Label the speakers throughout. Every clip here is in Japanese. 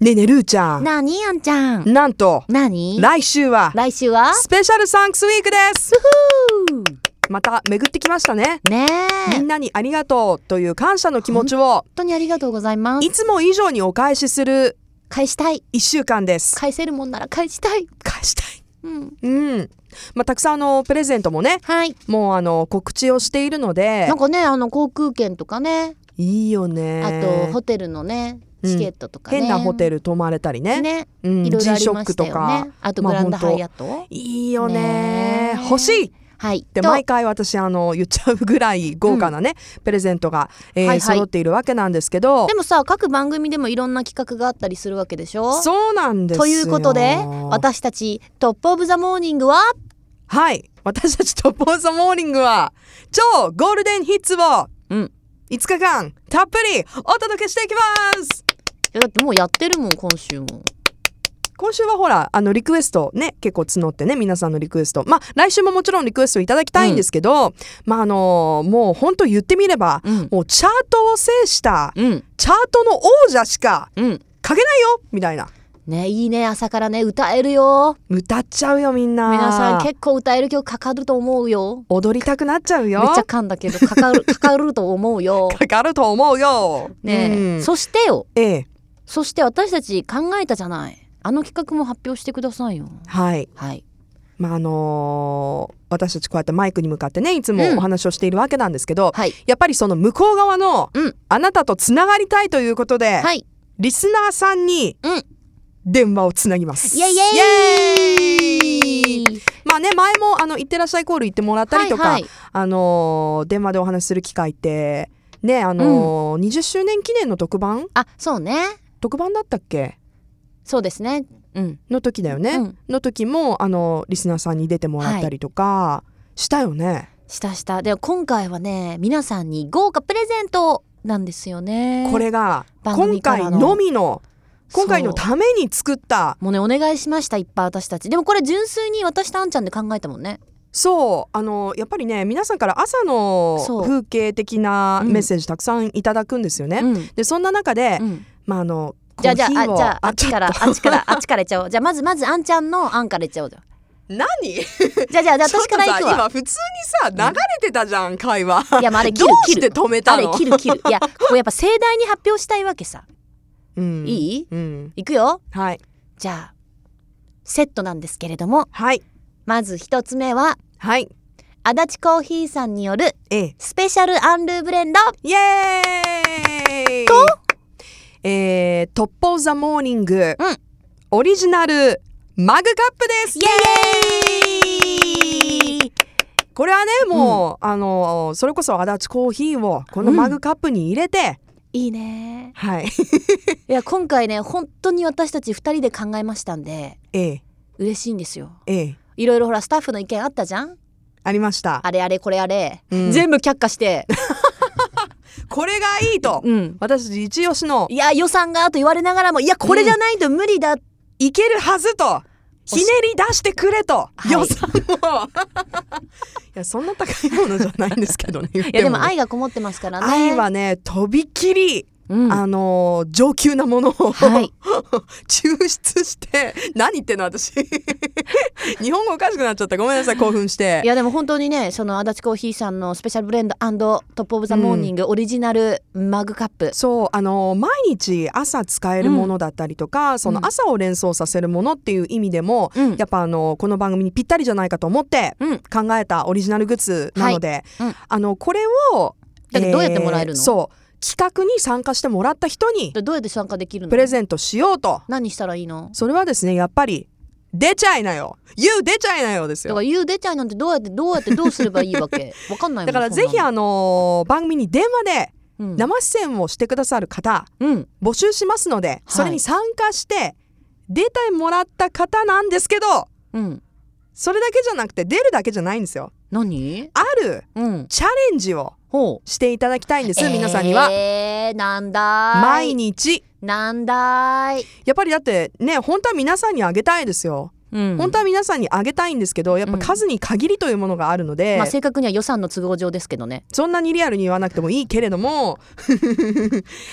Speaker 1: ねえねえ、ルーちゃん。
Speaker 2: なにあんちゃん。
Speaker 1: なんと、
Speaker 2: なに
Speaker 1: 来週は、
Speaker 2: 来週は
Speaker 1: スペシャルサンクスウィークです
Speaker 2: ふ
Speaker 1: また巡ってきましたね。
Speaker 2: ーねえ。
Speaker 1: みん
Speaker 2: 本
Speaker 1: なにありがとうという感謝の気持ちを、
Speaker 2: 当にありがとうございま
Speaker 1: いつ
Speaker 2: す。
Speaker 1: も以上にお返しする
Speaker 2: 返したい。
Speaker 1: 1週間です。
Speaker 2: 返せるもんなら返したい。
Speaker 1: 返したい。
Speaker 2: うん。
Speaker 1: うん。まあ、たくさんあの、プレゼントもね、
Speaker 2: はい。
Speaker 1: もうあの、告知をしているので
Speaker 2: なん、かね、あの航空券とかね、
Speaker 1: いいよね。
Speaker 2: あとホテルのね、
Speaker 1: うん
Speaker 2: チケットとかね。
Speaker 1: 変なホテ
Speaker 2: ル
Speaker 1: ル泊まれたりね。
Speaker 2: ね。
Speaker 1: うん、
Speaker 2: いろいろあり
Speaker 1: G-SHOCK
Speaker 2: ました
Speaker 1: と
Speaker 2: よ
Speaker 1: か
Speaker 2: ね。。あとグランドハイアット。
Speaker 1: いいよ
Speaker 2: ね
Speaker 1: ね
Speaker 2: え
Speaker 1: 欲しい
Speaker 2: はい。
Speaker 1: って
Speaker 2: と
Speaker 1: 毎回私あの言っちゃうぐらい豪華なね、プレゼントが、えー
Speaker 2: はいはい
Speaker 1: 揃っているわけなんですけど
Speaker 2: でもさ、各番組でもいろんな企画があったりするわけでしょ
Speaker 1: そうなんですよ
Speaker 2: ということで、私たちトップオブザモーニングは
Speaker 1: はい私たちトップ・オブ・ザ・モーニングは超ゴールデンヒッツを
Speaker 2: うん。
Speaker 1: 5日間たっぷりお届けしていきます
Speaker 2: いやだってもうやってるもん今週も
Speaker 1: 今週はほらあのリクエストね結構募ってね皆さんのリクエストまあ来週ももちろんリクエストいただきたいんですけど、まああのもう本当言ってみれば、
Speaker 2: うん
Speaker 1: もうチャートを制した
Speaker 2: うん
Speaker 1: チャートの王者しか
Speaker 2: うん
Speaker 1: 書けないよみたいな
Speaker 2: ねいいね朝からね歌えるよ
Speaker 1: 歌っちゃうよみんな
Speaker 2: 皆さん結構歌える曲かかると思うよ
Speaker 1: 踊りたくなっちゃう
Speaker 2: め
Speaker 1: よ
Speaker 2: っちゃ噛んだけどか かるかかると思うよ
Speaker 1: かかると思うよ
Speaker 2: ねえ、
Speaker 1: うん
Speaker 2: そしてよ
Speaker 1: ええ
Speaker 2: そして私たち考えたじゃないあの企画も発表してくださいよ
Speaker 1: はい
Speaker 2: はい
Speaker 1: まああのー私たちこうやってマイクに向かってねいつ
Speaker 2: うん
Speaker 1: もお話をしているわけなんですけど、
Speaker 2: はい
Speaker 1: やっぱりその向こう側の
Speaker 2: うん
Speaker 1: あなたとつながりたいということで、
Speaker 2: はい
Speaker 1: リスナーさんに
Speaker 2: うん
Speaker 1: 電話をつなぎます。
Speaker 2: イエイイ
Speaker 1: イエイまあね前もあの行ってらっしゃいコール行ってもらったりとか、
Speaker 2: はいはい
Speaker 1: あのー電話でお話しする機会ってねあのー20周年記念の特番
Speaker 2: あそうね
Speaker 1: 特番だったっけ
Speaker 2: そうですねうん
Speaker 1: の時だよね、
Speaker 2: うん
Speaker 1: の時もあのリスナーさんに出てもらったりとかしたよね、
Speaker 2: したしたで今回はね皆さんに豪華プレゼントなんですよね
Speaker 1: これが
Speaker 2: 番
Speaker 1: 今
Speaker 2: 組か
Speaker 1: 回
Speaker 2: らの
Speaker 1: のみの今回の
Speaker 2: そう
Speaker 1: ために作った
Speaker 2: もうねお願いしましたいっぱい私たちでもこれ純粋に私とあんちゃんで考えたもんね
Speaker 1: そうあのやっぱりね皆さんから朝の
Speaker 2: そう
Speaker 1: 風景的な
Speaker 2: うん
Speaker 1: メッセージたくさんいただくんですよね。
Speaker 2: うん
Speaker 1: でそんな中で、
Speaker 2: うん
Speaker 1: まああの
Speaker 2: じゃあじゃあ
Speaker 1: コーヒー
Speaker 2: あ
Speaker 1: を
Speaker 2: じゃああっちから
Speaker 1: ちょ
Speaker 2: あ
Speaker 1: と
Speaker 2: っちからあっちからいっちゃおうじゃあまずまずあんちゃんのあんからいっちゃおうじゃん
Speaker 1: 何
Speaker 2: じゃあじゃあじゃあ私からい
Speaker 1: ち
Speaker 2: く
Speaker 1: ょっとさ
Speaker 2: わ
Speaker 1: 今普通にさ流れてたじゃん、会話
Speaker 2: いやまああれ切
Speaker 1: ど
Speaker 2: る
Speaker 1: う
Speaker 2: 切
Speaker 1: して
Speaker 2: る
Speaker 1: 止め
Speaker 2: あ
Speaker 1: た
Speaker 2: れ
Speaker 1: の
Speaker 2: 切る切るいやこうやっぱ盛大に発表したいわけさ
Speaker 1: うん
Speaker 2: いい
Speaker 1: うん
Speaker 2: いくよ
Speaker 1: はい
Speaker 2: じゃあセットなんですけれども
Speaker 1: はい
Speaker 2: まず一つ目は
Speaker 1: はい
Speaker 2: 足立コーヒーさんによる
Speaker 1: ええ
Speaker 2: スペシャルアンルーブレンド
Speaker 1: イエーイと、えー、トップオブザモーニング、
Speaker 2: うん
Speaker 1: オリジナルマグカップですイエーイこれはねもう、あのそれこそ足立コーヒーをこのマグカップに入れて、
Speaker 2: いいね
Speaker 1: はい
Speaker 2: いや今回ね本当に私たち二人で考えましたんで
Speaker 1: ええ
Speaker 2: 嬉しいんですよ
Speaker 1: ええ
Speaker 2: いろいろほらスタッフの意見あったじゃん
Speaker 1: ありました
Speaker 2: あれあれこれあれ、
Speaker 1: うん
Speaker 2: 全部却 下して、
Speaker 1: これがいいと、
Speaker 2: うん、
Speaker 1: 私たち一押しの
Speaker 2: いや予算がと言われながらもいやこれじゃないと無理だ、
Speaker 1: いけるはずとひねり出してくれと
Speaker 2: はい
Speaker 1: 予算を いやそんな高いものじゃないんですけどね言って
Speaker 2: いやでも
Speaker 1: ね
Speaker 2: 愛がこもってますからね
Speaker 1: 愛、はねとびきり、
Speaker 2: うん、
Speaker 1: あのー上級なものを、
Speaker 2: はい
Speaker 1: 抽出して何言ってんの私 日本語おかしくなっちゃったごめんなさい興奮し
Speaker 2: い
Speaker 1: て
Speaker 2: やでも本当にねその足立コーヒーさんのスペシャルブレンドトップオブザモーニング、オリジナルマグカップ
Speaker 1: そうあのー毎日朝使えるものだったりとか、その朝を連想させるものっていう意味でも、
Speaker 2: うん
Speaker 1: やっぱあのーこの番組にぴったりじゃないかと思って
Speaker 2: うん
Speaker 1: 考えたオリジナルグッズなので、
Speaker 2: はいうん
Speaker 1: あのこれを
Speaker 2: だってどうやってもらえるの
Speaker 1: そう企画に参加してもらった人に
Speaker 2: どうやって参加できるの
Speaker 1: プレゼントしようと
Speaker 2: 何したらいいの
Speaker 1: それはですねやっぱり出ちゃいなよ YOU 出ちゃいなよです
Speaker 2: だ
Speaker 1: よ
Speaker 2: から YOU 出ちゃいなんてどうやってどうやってどうすればいいわけわかんないも
Speaker 1: だ
Speaker 2: ん
Speaker 1: からぜひあのー番組に電話で
Speaker 2: の
Speaker 1: 生出演をしてくださる方
Speaker 2: うん
Speaker 1: 募集しますのでそれに参加して出てもらった方なんですけど
Speaker 2: うん
Speaker 1: それだけじゃなくて出るだけじゃないんですよ
Speaker 2: 何
Speaker 1: ある
Speaker 2: うん
Speaker 1: チャレンジを
Speaker 2: ほう
Speaker 1: していただきたいんです、皆さんには
Speaker 2: えー、なんだーい
Speaker 1: 毎日
Speaker 2: なんだーい、
Speaker 1: やっぱりだってね本当は皆さんにあげたいですよ、
Speaker 2: うん
Speaker 1: 本当は皆さんにあげたいんですけどやっ
Speaker 2: う
Speaker 1: ぱ
Speaker 2: ん
Speaker 1: 数に限りというものがあるので、
Speaker 2: まあ、正確には予算の都合上ですけどね
Speaker 1: そんなにリアルに言 わなくてもいいけれども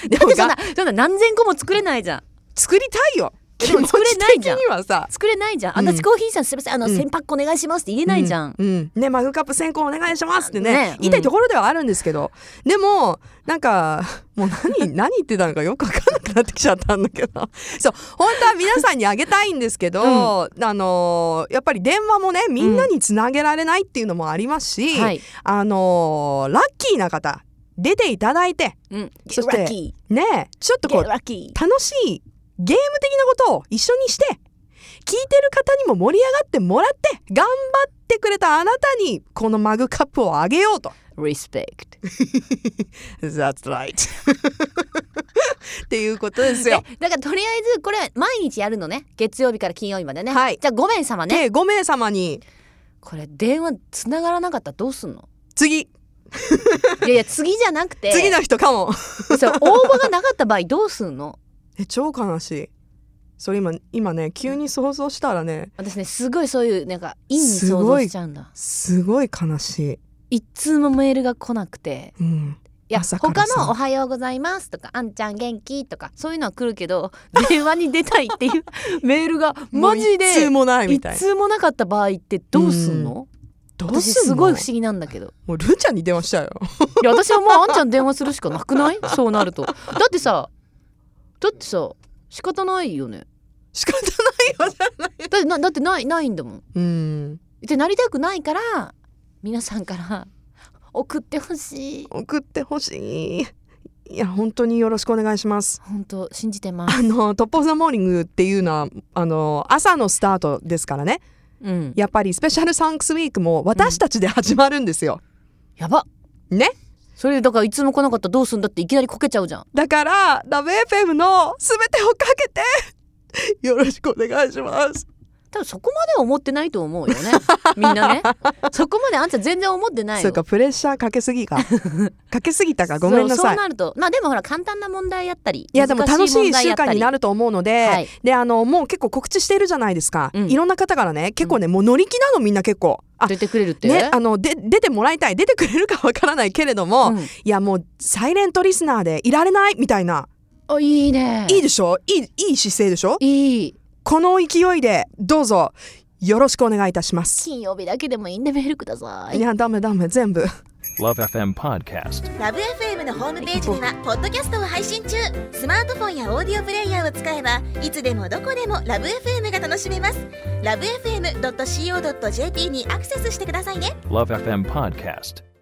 Speaker 1: で
Speaker 2: だ
Speaker 1: も
Speaker 2: ってそん
Speaker 1: が
Speaker 2: なそんな何千個も作れないじゃん
Speaker 1: 作りたいよ
Speaker 2: で
Speaker 1: 気
Speaker 2: も
Speaker 1: 持ち
Speaker 2: 作れない
Speaker 1: 的
Speaker 2: じゃん
Speaker 1: にはさ
Speaker 2: 作れないじゃん。
Speaker 1: うん
Speaker 2: 足立コーヒーさんすみません、あの、
Speaker 1: うん
Speaker 2: 千パックお願いしますって言えないじゃん。
Speaker 1: うんうんねマグカップ先行お願いしますってね
Speaker 2: ね
Speaker 1: 言いたいところではあるんですけど、でもなんかもう何 何言ってたのかよく分かんなくなってきちゃったんだけどそう本当は皆さんにあげたいんですけど、あのーやっぱり電話もねみんなにつなげられないっていうのもありますし、
Speaker 2: はい。
Speaker 1: あのーラッキーな方出ていただいて
Speaker 2: うん。
Speaker 1: そして
Speaker 2: Get lucky.
Speaker 1: ねちょっとこう
Speaker 2: Get lucky.
Speaker 1: 楽しいゲーム的なことを一緒にして聞いてる方にも盛り上がってもらって頑張ってくれたあなたにこのマグカップをあげようと。
Speaker 2: respect.
Speaker 1: That's right っていうことですよ。
Speaker 2: だからとりあえずこれ毎日やるのね。月曜日から金曜日までね。
Speaker 1: はい
Speaker 2: じゃあ5名様
Speaker 1: で
Speaker 2: ね。
Speaker 1: 5名様に
Speaker 2: これ電話つながらなかったらどうすんの？
Speaker 1: 次
Speaker 2: いやいや次じゃなくて。
Speaker 1: 次の人かも。
Speaker 2: そう応募がなかった場合どうすんの？
Speaker 1: え超悲しい。それ今今ね急に想像したらね
Speaker 2: 私ねすごいそういうなんか意味想像しちゃうんだ。
Speaker 1: すごい悲し
Speaker 2: 一通もメールが来なくて。
Speaker 1: い。うん、
Speaker 2: いや
Speaker 1: 朝
Speaker 2: 他
Speaker 1: からさ
Speaker 2: の「おはようございます」とか「あんちゃん元気」とかそういうのは来るけど 電話に出たいっていうメールがマジ
Speaker 1: もう一通
Speaker 2: で
Speaker 1: もないみ
Speaker 2: 一
Speaker 1: たい。
Speaker 2: 通もなかった場合ってどうすんの
Speaker 1: どう
Speaker 2: 私
Speaker 1: すんの
Speaker 2: すごい不思議なんだけど
Speaker 1: もうルーちゃんに電話したよ。
Speaker 2: いや私はもうあんちゃん電話するしかなくない そうなるとだってさだってさ仕方ないよね
Speaker 1: 仕方ないよじゃない。
Speaker 2: だってなだってないないんだもん
Speaker 1: うん
Speaker 2: でなりたくないから皆さんから 送ってほしい
Speaker 1: 送ってほしい。いや本当によろしくお願いします。
Speaker 2: 本当信じてます
Speaker 1: あのトップオブザモーニングっていうのはあの朝のスタートですからね。
Speaker 2: うんや
Speaker 1: やっぱりスペシャルサンクスウィークも私たちで始まるんですよ。
Speaker 2: やば
Speaker 1: ね。
Speaker 2: それでだからいつも来なかったらどうすんだっていきなりこけちゃうじゃん
Speaker 1: だからラブ FM のすべてをかけてよろしくお願いします。
Speaker 2: 多分そこまでは思ってないと思うよ ねみんなねそこまであんちゃん全然思ってないよ
Speaker 1: そうかプレッシャーかけすぎ かかけすぎたかごめんな
Speaker 2: そう
Speaker 1: さ
Speaker 2: そう
Speaker 1: い。
Speaker 2: なるとまあでもほら簡単な問題やったり
Speaker 1: いやでも楽しい
Speaker 2: 問
Speaker 1: 1
Speaker 2: 題
Speaker 1: 週
Speaker 2: やった
Speaker 1: 間
Speaker 2: り
Speaker 1: になると思うので、
Speaker 2: はい
Speaker 1: であのもう結構告知しているじゃないですか、
Speaker 2: うん
Speaker 1: いろんな方からね結構ね、もう乗り気なのみんな結構あ
Speaker 2: 出てくれるって、
Speaker 1: ね、あので出てもらいたい出てくれるかわからないけれども、
Speaker 2: うん
Speaker 1: いやもうサイレントリスナーでいられないみたいな、
Speaker 2: あいいね
Speaker 1: いいでしょいいいい姿勢でしょ
Speaker 2: いい
Speaker 1: この勢いでどうぞよろしくお願いいたします。
Speaker 2: 金曜日だけでもいいんでメールくださ
Speaker 1: い
Speaker 2: い
Speaker 1: やダメダメ全部
Speaker 3: Love FM Podcast.
Speaker 4: ラブ f m のホームページではポッドキャストを配信中スマートフォンやオーディオプレイヤーを使えばいつでもどこでもラブ f m が楽しめますラブ FM.co.jp にアクセスしてくださいね
Speaker 3: Love FM Podcast.